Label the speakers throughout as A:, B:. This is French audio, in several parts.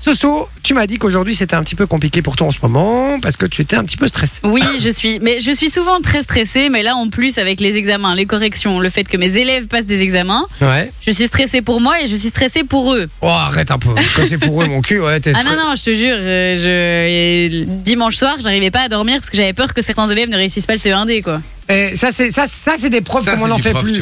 A: Soso, tu m'as dit qu'aujourd'hui c'était un petit peu compliqué pour toi en ce moment parce que tu étais un petit peu stressé.
B: Oui, je suis. Mais je suis souvent très stressée, mais là en plus avec les examens, les corrections, le fait que mes élèves passent des examens,
A: Ouais.
B: je suis stressée pour moi et je suis stressée pour eux.
A: Oh, arrête un peu. Parce que c'est pour eux, mon cul. Ouais, t'es
B: Ah
A: stressé.
B: non non, je te jure, euh, je et dimanche soir, j'arrivais pas à dormir parce que j'avais peur que certains élèves ne réussissent pas le CE1D quoi.
A: Et Eh, ça, c'est ça, ça, c'est des profs
C: Ça,
A: comme on
C: c'est
A: n'en
C: du
A: fait
C: prof,
A: plus.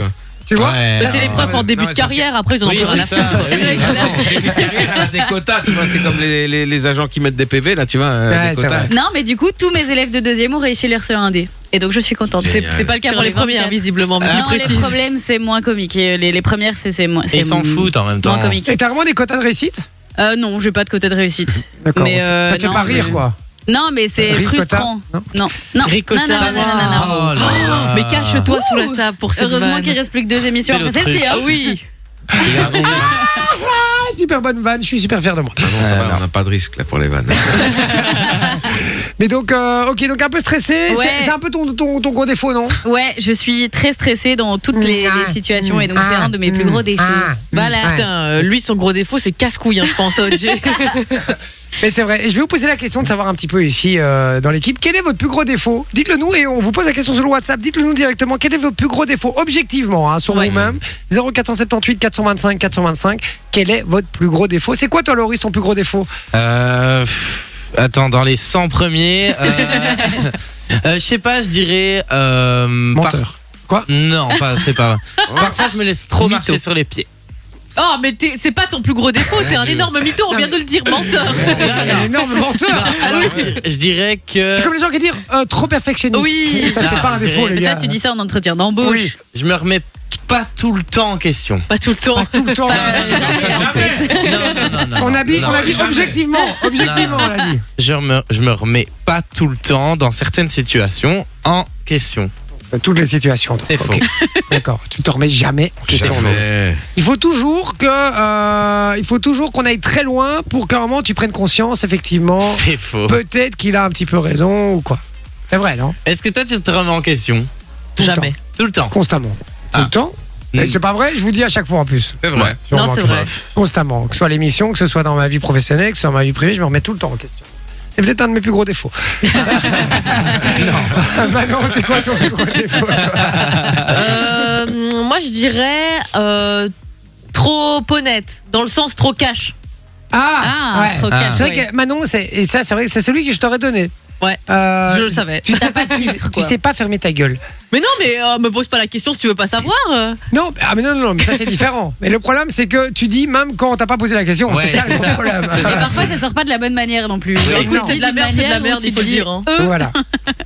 C: tu vois.
D: Ouais.
B: Ça,
D: Ah,
B: c'est les
D: ouais.
B: profs en début
C: Non, mais
B: de
C: c'est parce que-
B: carrière, après ils en ont
D: Oui,
B: plus rien à
D: Ah, c'est ça.
B: faire.
D: oui, vraiment. Début de carrière, elle a hein, des quotas, tu vois. C'est comme les, les, les agents qui mettent des PV, là, tu vois. euh,
A: Ouais,
D: des
A: c'est
D: quotas.
A: vrai.
B: Non, mais du coup, tous mes élèves de deuxième ont réussi leur CE1D. Et donc, je suis contente.
D: C'est- c'est
B: pas le cas pour les, premières, visiblement.
D: mais tu
B: non, Ah, les problèmes, c'est moins comique. Et Les, les premières, c'est c'est moins.
D: Et
B: c'est
D: ils s'en
B: m-
D: foutent en même temps.
B: Moins comique.
A: Et t'as vraiment des quotas de réussite
B: Euh, non, j'ai pas de côté de réussite.
A: D'accord.
B: Mais, euh,
A: ça te fait
B: non,
A: pas
B: mais-
A: rire, quoi.
B: Non, mais c'est
A: Ricotta.
B: frustrant.
A: Non.
B: Non, non, non, non, non, non, non, non, non.
D: Oh là là.
E: Mais cache-toi sous la
B: Ouh.
E: table pour cette
B: Heureusement
E: vanne.
B: qu'il reste plus que deux émissions.
D: Quelle
B: Après celle-ci,
D: autruche.
B: hein. oui.
D: Et là, on-
A: Ah, super bonne vanne, je suis super fier de moi.
D: Ah non, ça va,
C: on n'a pas de risque là pour les vannes.
A: Mais donc, euh, ok, donc un peu stressé. c'est-
B: Ouais.
A: C'est un peu ton, ton, ton gros défaut, non
B: Ouais, je suis très stressée dans toutes les,
A: Ah.
B: les situations et donc c'est un de mes plus gros
A: Mm.
B: défis. voilà.
E: Putain, euh, lui, son gros défaut, c'est casse-couille, hein, je pense. euh, Jay.
A: Mais c'est vrai. Et je vais vous poser la question de savoir un petit peu ici euh, dans l'équipe quel est votre plus gros défaut. Dites-le nous et on vous pose la question sur le WhatsApp. Dites-le nous directement quel est votre plus gros défaut objectivement hein, sur
E: Ouais.
A: vous-même. 0478 425 425. Quel est votre plus gros défaut C'est quoi toi, Loris, ton plus gros défaut
D: Euh, pff, attends, dans les 100 premiers, euh, euh, je sais pas, je dirais. euh, par-
A: Menteur.
D: Non, pas, c'est pas. Parfois, je me laisse trop marcher sur les pieds.
E: Oh, mais t'es- c'est pas ton plus gros défaut, t'es un énorme mytho, on vient de le dire, menteur.
D: Ah,
A: Un énorme menteur.
D: Alors, je dirais que
A: C'est comme les gens qui disent euh, trop perfectionniste.
E: Oui.
A: Ça c'est
D: Ah,
A: pas un
D: j'ai-
A: défaut les
B: Mais
A: gars.
B: ça, tu dis ça en entretien d'embauche.
A: Oui.
D: je me remets t- pas tout le temps en question.
E: Pas tout le temps.
A: Pas tout le temps.
B: Pas-
D: Non, ça, c'est fait. Non, non, non, non,
A: On
D: non,
A: a dit,
D: non.
A: on a dit objectivement, objectivement, on l'a dit.
D: Je me, je me remets pas tout le temps dans certaines situations en question.
A: Toutes les situations. donc.
D: C'est faux.
A: Ok, D'accord. Tu te remets jamais en question.
C: Jamais.
A: Il faut toujours que, euh, il faut toujours qu'on aille très loin pour qu'à un moment tu prennes conscience, effectivement.
D: C'est faux.
A: Peut-être qu'il a un petit peu raison ou quoi. C'est vrai, non
D: Est-ce que toi, tu te remets en question
A: Tout le
E: Jamais.
D: tout le temps
A: Constamment.
D: Ah.
A: Tout le temps Et C'est pas vrai, je vous le dis à chaque fois en plus.
C: C'est vrai.
A: Je me remets
E: Non, c'est
A: en question.
E: vrai.
A: Constamment. Que ce soit l'émission, que ce soit dans ma vie professionnelle, que ce soit dans ma vie privée, je me remets tout le temps en question. C'est peut-être un de mes plus gros défauts. Bah non. Manon, c'est quoi ton plus gros défaut toi
E: Euh, moi, je dirais euh, trop honnête, dans le sens trop cash.
B: Ah,
A: ouais.
B: trop cash.
A: C'est
B: ouais.
A: vrai que Manon, c'est, et ça, c'est vrai, que c'est celui que je t'aurais donné.
E: Ouais.
A: Euh,
E: je le savais.
A: Tu sais pas, tu,
E: filtre,
A: tu
E: quoi.
A: sais pas fermer ta gueule.
E: Mais non, mais euh, me pose pas la question si tu veux pas savoir. euh.
A: Non, ah mais non, non, non, mais ça c'est différent. Mais le problème c'est que tu dis même quand on t'a pas posé la question,
D: Ouais,
A: c'est ça le
D: c'est ça.
A: problème.
B: Et parfois, ça sort pas de la bonne manière non plus.
A: Ouais,
B: Donc,
A: écoute,
B: tu
A: c'est
B: dis
E: de la
B: d'une
E: merde, Ah, c'est de la
B: manière où
E: merde,
B: tu
E: il faut
B: te
E: le
B: dis,
E: dire, hein.
B: euh,
A: voilà.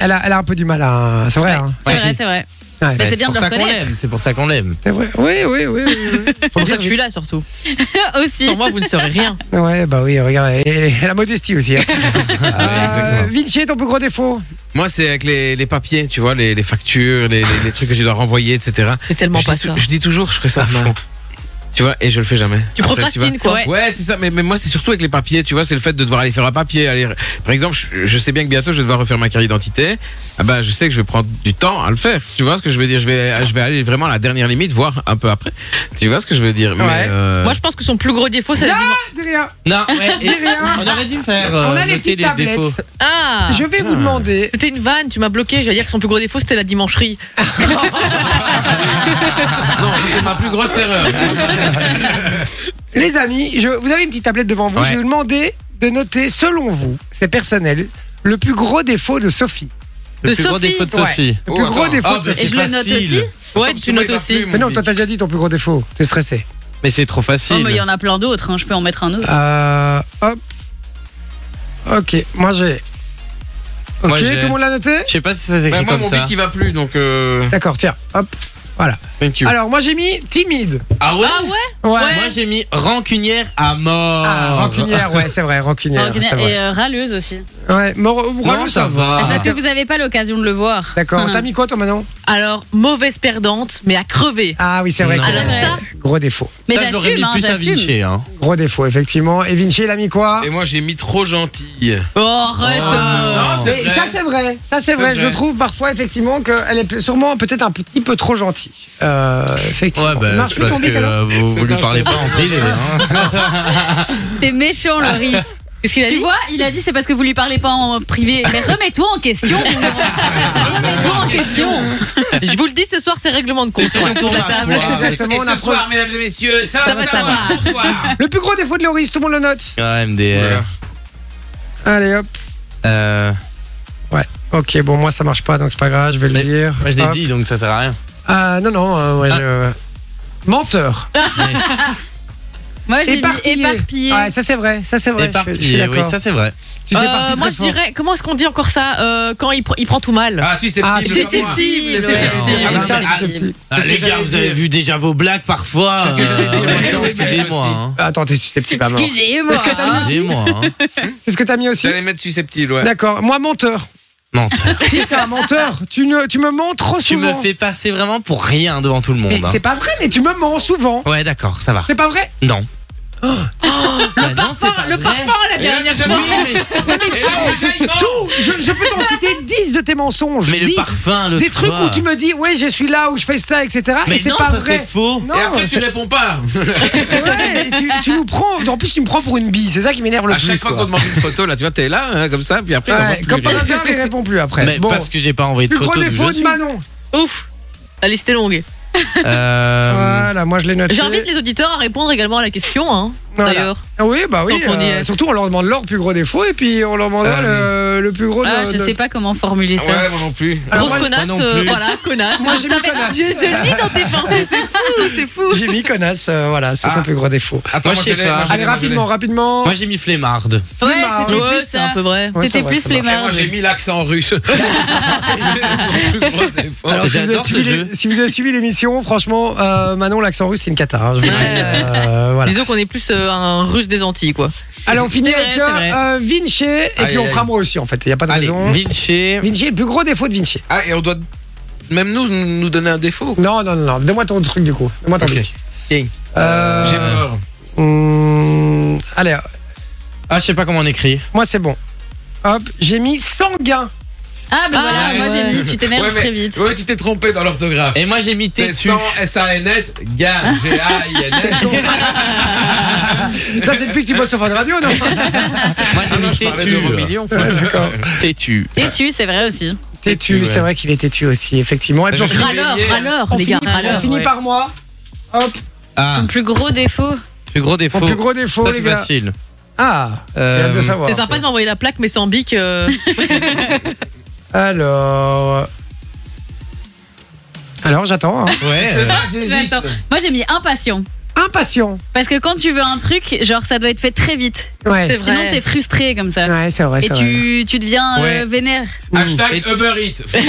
A: Elle a, elle a un peu du mal à. C'est vrai, hein
B: C'est
D: Ouais.
B: vrai, c'est vrai.
A: Ouais,
B: Bah, c'est
D: C'est
B: bien
D: pour
B: de le
D: ça qu'on
B: reconnaître.
D: l'aime. C'est pour ça qu'on l'aime.
A: C'est vrai. Oui, oui, oui. oui, oui.
E: C'est pour ça que je suis là, surtout.
B: Aussi.
E: Sans moi, vous ne saurez rien.
A: Ouais, bah oui, regarde. et- et la modestie aussi. hein. Euh,
D: Ah, exactement.
A: Vinci, ton plus gros défaut
C: Moi, c'est avec les, les papiers, tu vois, les, les factures, les, les- les trucs que tu dois renvoyer, etc.
E: C'est tellement
C: je,
E: pas
C: dis, tou-
E: ça.
C: je dis toujours que je ferai ça demain. Tu vois, et je le fais jamais.
E: Tu
C: Après, vois.
E: procrastines, quoi.
B: Ouais.
C: Ouais, c'est ça. Mais, mais moi, c'est surtout avec les papiers, tu vois, c'est le fait de devoir aller faire un papier. Aller... Par exemple, je, je sais bien que bientôt, je vais devoir refaire ma carte d'identité. Ah bah, je sais que je vais prendre du temps à le faire. Tu vois ce que je veux dire je vais, je vais aller vraiment à la dernière limite, voire un peu après. Tu vois ce que je veux dire
A: Ouais.
C: mais, euh,
E: Moi, je pense que son plus gros
A: Ah,
E: défaut, c'est la dimen-
A: Dis rien.
D: Non, ouais, et-
A: rien.
D: on aurait dû faire.
A: On
D: euh,
A: a les
D: noter
A: petites
D: défauts.
A: tablettes.
E: Ah
A: Je vais vous demander.
E: C'était une vanne, tu m'as bloqué. J'allais dire que son plus gros défaut, c'était la dimancherie.
C: Non, ça, c'est ma plus grosse erreur.
A: Les amis, je, vous avez une petite tablette devant vous.
D: Ouais.
A: Je vais vous demander de noter, selon vous, c'est personnel, le plus gros défaut de Sophie.
E: De
D: Le plus gros
E: Sophie.
D: défaut de
A: Ouais.
D: Sophie.
A: Le plus
C: Oh,
A: gros
C: attends.
A: défaut
D: Ah,
A: de
D: mais
A: Sophie.
E: Et
D: c'est
E: je le note
D: facile.
E: aussi. Ouais,
C: Parce que
E: tu
C: moi, il
E: notes
C: parle
E: aussi.
C: plus, mon
A: Mais non,
C: fils.
A: toi t'as déjà dit ton plus gros défaut. T'es stressé.
D: Mais c'est trop facile.
B: Oh, mais il y en a plein d'autres. hein. Je peux en mettre un autre.
A: Euh, hop. Ok, moi j'ai. Ok,
D: Moi, j'ai-
A: tout le monde l'a noté
D: Je sais pas si ça
C: Bah,
D: s'écrit
C: moi,
D: comme
C: mon
D: ça.
C: bic, il va plus, donc. euh,
A: D'accord, tiens, hop. Voilà.
C: Thank you.
A: Alors, moi j'ai mis timide.
D: Ah ouais,
E: Ah ouais
A: Ouais.
D: Moi j'ai mis rancunière à mort.
A: Ah, rancunière, ouais, c'est vrai, rancunière.
B: Originaire-
A: c'est vrai.
B: Et euh, râleuse aussi.
A: Ouais, mor-
D: Non,
A: râleuse,
D: ça va.
B: Ah, C'est parce que vous n'avez pas l'occasion de le voir. Hum,
A: D'accord, t'as mis quoi toi maintenant
E: Alors, mauvaise perdante, mais à crever.
A: Ah oui, c'est vrai.
D: Non.
A: que-
E: Alors ça,
A: Gros défaut.
B: Mais
D: ça, je l'aurais mis
B: j'assume, hein,
D: plus à
B: j'assume.
D: Vinci. Hein.
A: Gros défaut, effectivement. Et Vinci, il a mis quoi
C: Et moi, j'ai mis trop gentil.
E: oh, arrête euh.
D: non,
A: Mais ça c'est vrai, ça c'est vrai.
C: C'est
A: Je
C: vrai.
A: trouve parfois effectivement qu'elle est sûrement peut-être un petit peu trop gentille. Euh, euh, effectivement.
D: Ouais, bah,
A: Non,
D: c'est
A: je vais
D: parce
A: tomber,
D: que
A: alors.
D: euh, vous,
C: C'est
D: vous lui
C: pas
D: parlez pas en télé. Hein.
B: T'es méchant, Loris.
E: Qu'est-ce qu'il a
B: tu
E: dit
B: vois, il a dit c'est parce que vous lui parlez pas en privé. Mais remets-toi en question. remets-toi en question.
E: Je vous le dis, ce soir, c'est règlement de compte. C'est autour de la table. Euh,
A: Exactement, on
C: Et ce
A: apprend-
C: soir, mesdames et messieurs, ça,
E: Ça
C: va,
E: va,
C: ça
E: ça
C: va. Bonsoir.
A: Le plus gros défaut de Loris, tout le monde le note.
D: Ouais,
C: Voilà.
D: MDR.
A: Allez hop.
D: Euh,
A: Ok, bon, moi ça marche pas donc c'est pas grave, je vais le
D: Mais-
A: dire.
D: moi, je l'ai
A: Hop.
D: dit, donc ça sert à rien.
A: Ah non, non, euh, ouais, je- Menteur.
E: Ah,
B: Moi j'ai mis
A: Éparpillé.
B: éparpillé.
A: Ouais, ça c'est vrai, ça c'est vrai. je suis- je suis
D: Éparpillé, oui,
A: d'accord.
D: ça c'est vrai.
A: Tu
E: Euh,
A: t'éparpilles
E: moi,
A: très
E: je
A: fort.
E: dirais, comment est-ce qu'on dit encore ça euh, Quand il, pr- il prend tout mal.
C: Ah, susceptible.
A: Ah,
C: comme moi.
E: Susceptible,
C: C'est
E: ouais.
C: susceptible.
A: Ah,
C: Ah,
A: ça,
C: mais-
A: je suis petit.
C: Ah, les gars, vous avez
D: vu déjà vos blagues parfois. euh,
C: C'est ce que j'allais dire,
D: ouais,
C: moi,
D: Excusez-moi.
C: aussi.
D: hein.
A: Attends, t'es susceptible à mort.
B: Excusez-moi.
A: Ah,
D: Excusez-moi. hein.
A: C'est ce que t'as mis aussi
C: J'allais mettre susceptible, ouais.
A: D'accord. Moi, menteur.
D: Menteur.
A: Si t'es un menteur, tu, ne, tu me mens trop
D: Tu
A: souvent.
D: me fais passer vraiment pour rien devant tout le monde.
A: Mais
D: hein.
A: c'est pas vrai, mais tu me mens souvent.
D: Ouais, d'accord, ça va.
A: C'est pas vrai
D: Non.
A: Oh.
D: Oh. Bah le
E: Parfum, le parfum, la dernière
C: là,
E: fois.
C: Et là, déjà, il ment.
A: Tout Je, je peux t'en citer 10 de tes mensonges.
D: Mais
A: 10
D: le parfum, le
A: Des trucs
D: toit.
A: où tu me dis, ouais, je suis là, où je fais ça, etc.
D: Mais
A: et c'est
D: non,
A: pas
D: ça
A: vrai.
D: c'est faux.
A: Non,
C: Et après, tu
A: c'est-
C: réponds pas.
A: ouais, tu, tu nous prends. En plus, tu me prends pour une bille. C'est ça qui m'énerve le
C: À
A: plus.
C: chaque fois
A: quoi.
C: qu'on demande une photo, là, tu vois, t'es là, hein, comme ça, puis après, on voit
A: Ouais,
C: plus
A: comme par
C: rien.
A: hasard, il répond plus après.
D: Mais
A: bon,
D: parce que j'ai pas envoyé de
A: plus gros
D: photo de
A: défaut
D: je
A: de
D: suis.
A: Manon.
E: Ouf. La liste est longue.
D: Euh,
A: Voilà, moi je l'ai noté.
E: J'invite les auditeurs à répondre également à la question, hein,
A: Voilà.
E: d'ailleurs.
A: Ah Oui, bah oui.
E: Tant qu'on y
A: euh,
E: est.
A: surtout, on leur demande leur plus gros défaut et puis on leur
D: Ah
A: demandera le, le plus gros.
B: Ah,
A: de-
B: je
A: de-
B: sais pas comment formuler ça.
C: Ah Ouais, moi non plus.
A: Alors,
E: Grosse
A: moi,
E: connasse,
D: moi non
E: euh,
D: plus.
E: voilà, connasse.
A: Moi, j'ai
E: Ça
A: mis
E: fait-
A: connasse.
E: Je, je le lis dans tes pensées, c'est fou, c'est fou.
A: J'ai mis connasse, euh, voilà, c'est son
C: Ah.
A: plus gros défaut.
C: Attends, moi,
D: Moi, je sais
C: je l'ai,
D: pas.
C: moi, je l'ai,
A: Allez,
C: moi, je l'ai.
A: rapidement, rapidement.
D: moi j'ai mis flemmarde.
B: Ouais,
A: Flemmard.
B: c'était
E: Ouais,
B: plus
E: c'est un
B: ça.
E: peu vrai.
A: Ouais,
B: C'était
A: ça va,
B: plus
A: ça va.
B: les
C: Et Moi, j'ai mis l'accent russe.
A: Alors, si vous, avez
D: J'adore ce
A: suivi
D: jeu.
A: les- si vous avez suivi l'émission, franchement, euh, Manon, l'accent russe, c'est une cata. hein, je vous le dis,
E: Ouais.
A: euh, voilà.
E: Disons qu'on est plus euh, un russe des Antilles, quoi.
A: Allez, on finit
B: C'est vrai,
A: avec
B: c'est vrai.
A: euh, Vinci, et
C: Aïe,
A: puis on
C: aïe,
A: fera
C: aïe.
A: moi aussi, en fait. Il n'y a pas de
D: Allez,
A: raison.
D: Vinci.
A: Vinci, le plus gros défaut de Vinci.
C: Ah, et on doit même nous nous donner un défaut.
A: Non, non, non, non. Donne-moi ton truc, du coup. Donne-moi ton
C: Ok.
A: truc.
C: King.
A: Euh,
C: J'ai peur.
A: hum, allez, euh,
D: Ah, je sais pas comment on écrit.
A: moi, c'est bon. Hop, j'ai mis sanguin.
B: Ah, bah
E: Ah,
B: voilà, moi
E: ouais.
B: j'ai mis tu t'énerves
C: Ouais, mais-
B: très vite.
C: Ouais, tu t'es trompé dans l'orthographe.
D: Et moi j'ai mis
C: C'est
D: têtu.
C: sans S-A-N-S, GAN, G-A-I-N-S.
A: Ça, c'est depuis que tu bosses sur Fun Radio, non
D: Moi
A: Ah,
D: j'ai mis têtu.
A: D'accord.
D: Têtu.
B: Et tu, c'est vrai aussi.
A: Têtu,
D: Têtu, ouais.
A: c'est vrai qu'il est têtu aussi, effectivement. Et puis,
D: Bah,
C: Je
A: on,
C: suis-
A: finit-
E: Râleur,
C: bélier.
E: râleur,
A: on
E: les gars,
A: finit, par- on
E: râleur.
A: finit
E: ouais.
A: par moi. Hop,
D: Ah,
B: Ton plus gros défaut.
D: plus gros défaut.
A: mon plus gros défaut,
D: Ça
A: les
D: c'est
A: gars.
D: facile.
A: Ah, j'ai hâte de
D: Euh,
A: savoir.
E: C'est sympa de m'envoyer la plaque, mais sans bic. euh,
A: Alors. Alors, j'attends. hein.
D: Ouais. euh,
C: J'hésite.
B: J'attends. Moi j'ai mis impatient.
A: Ah. Impatient.
B: Parce que quand tu veux un truc, genre ça doit être fait très vite.
E: C'est
A: Ouais.
E: vrai.
B: Sinon t'es frustré comme ça.
A: Ouais, c'est vrai,
B: Et
A: c'est vrai.
B: tu, tu deviens euh,
D: Ouais.
B: vénère.
A: Ah,
C: Hashtag
D: Et tu-
C: Uber Eats.
A: Ouais,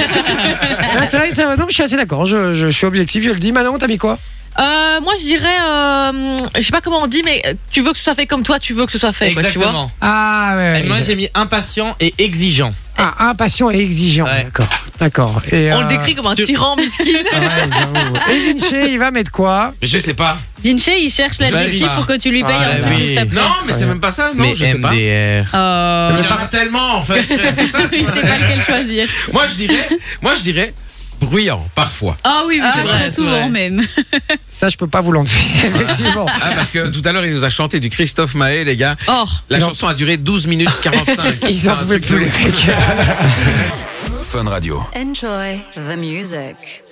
A: Ah, c'est vrai, c'est vrai. Non, mais je suis assez d'accord. Je, je suis objectif, je le dis. Manon, t'as mis quoi
E: Euh, moi, je dirais, euh, je sais pas comment on dit, mais euh, tu veux que ce soit fait comme toi, tu veux que ce soit fait, quoi, tu vois.
D: Exactement.
A: Ah, ouais.
D: Et moi j'ai mis impatient et exigeant.
A: Ah, impatient et exigeant.
D: Ouais.
A: D'accord. D'accord. Et,
E: On
A: euh,
E: le décrit comme un
D: tu-
E: tyran mesquin.
A: ouais, j'avoue. Et Vinci, il va mettre quoi
C: Mais je sais pas.
B: Vinci, il cherche l'adjectif
C: pas.
B: pour que tu lui payes
D: Ah,
B: un
D: bah
B: truc
D: oui.
B: juste après.
C: Non, mais c'est même pas ça. Non,
D: mais
C: je sais pas.
D: MDR.
A: Ah,
E: Euh,
C: Il y en a tellement en fait. frère, c'est ça, tu
B: Il
C: vois.
B: sait pas lequel choisir.
C: Moi je dirais, moi je dirais bruyant parfois.
E: Ah oui, oui,
B: Ah,
E: c'est vrai.
B: très
E: c'est
B: souvent
E: vrai.
B: même.
A: Ça, je peux pas vous l'enlever, effectivement.
C: Ah parce que tout à l'heure il nous a chanté du Christophe Maé les gars.
E: Or,
C: La
A: Ils en-
C: chanson a duré 12 minutes 45.
A: Ils en
C: Enfin, un
A: pouvaient
C: truc de
A: plus, les
C: ouf.
A: mecs.
F: Fun Radio.
G: Enjoy the music.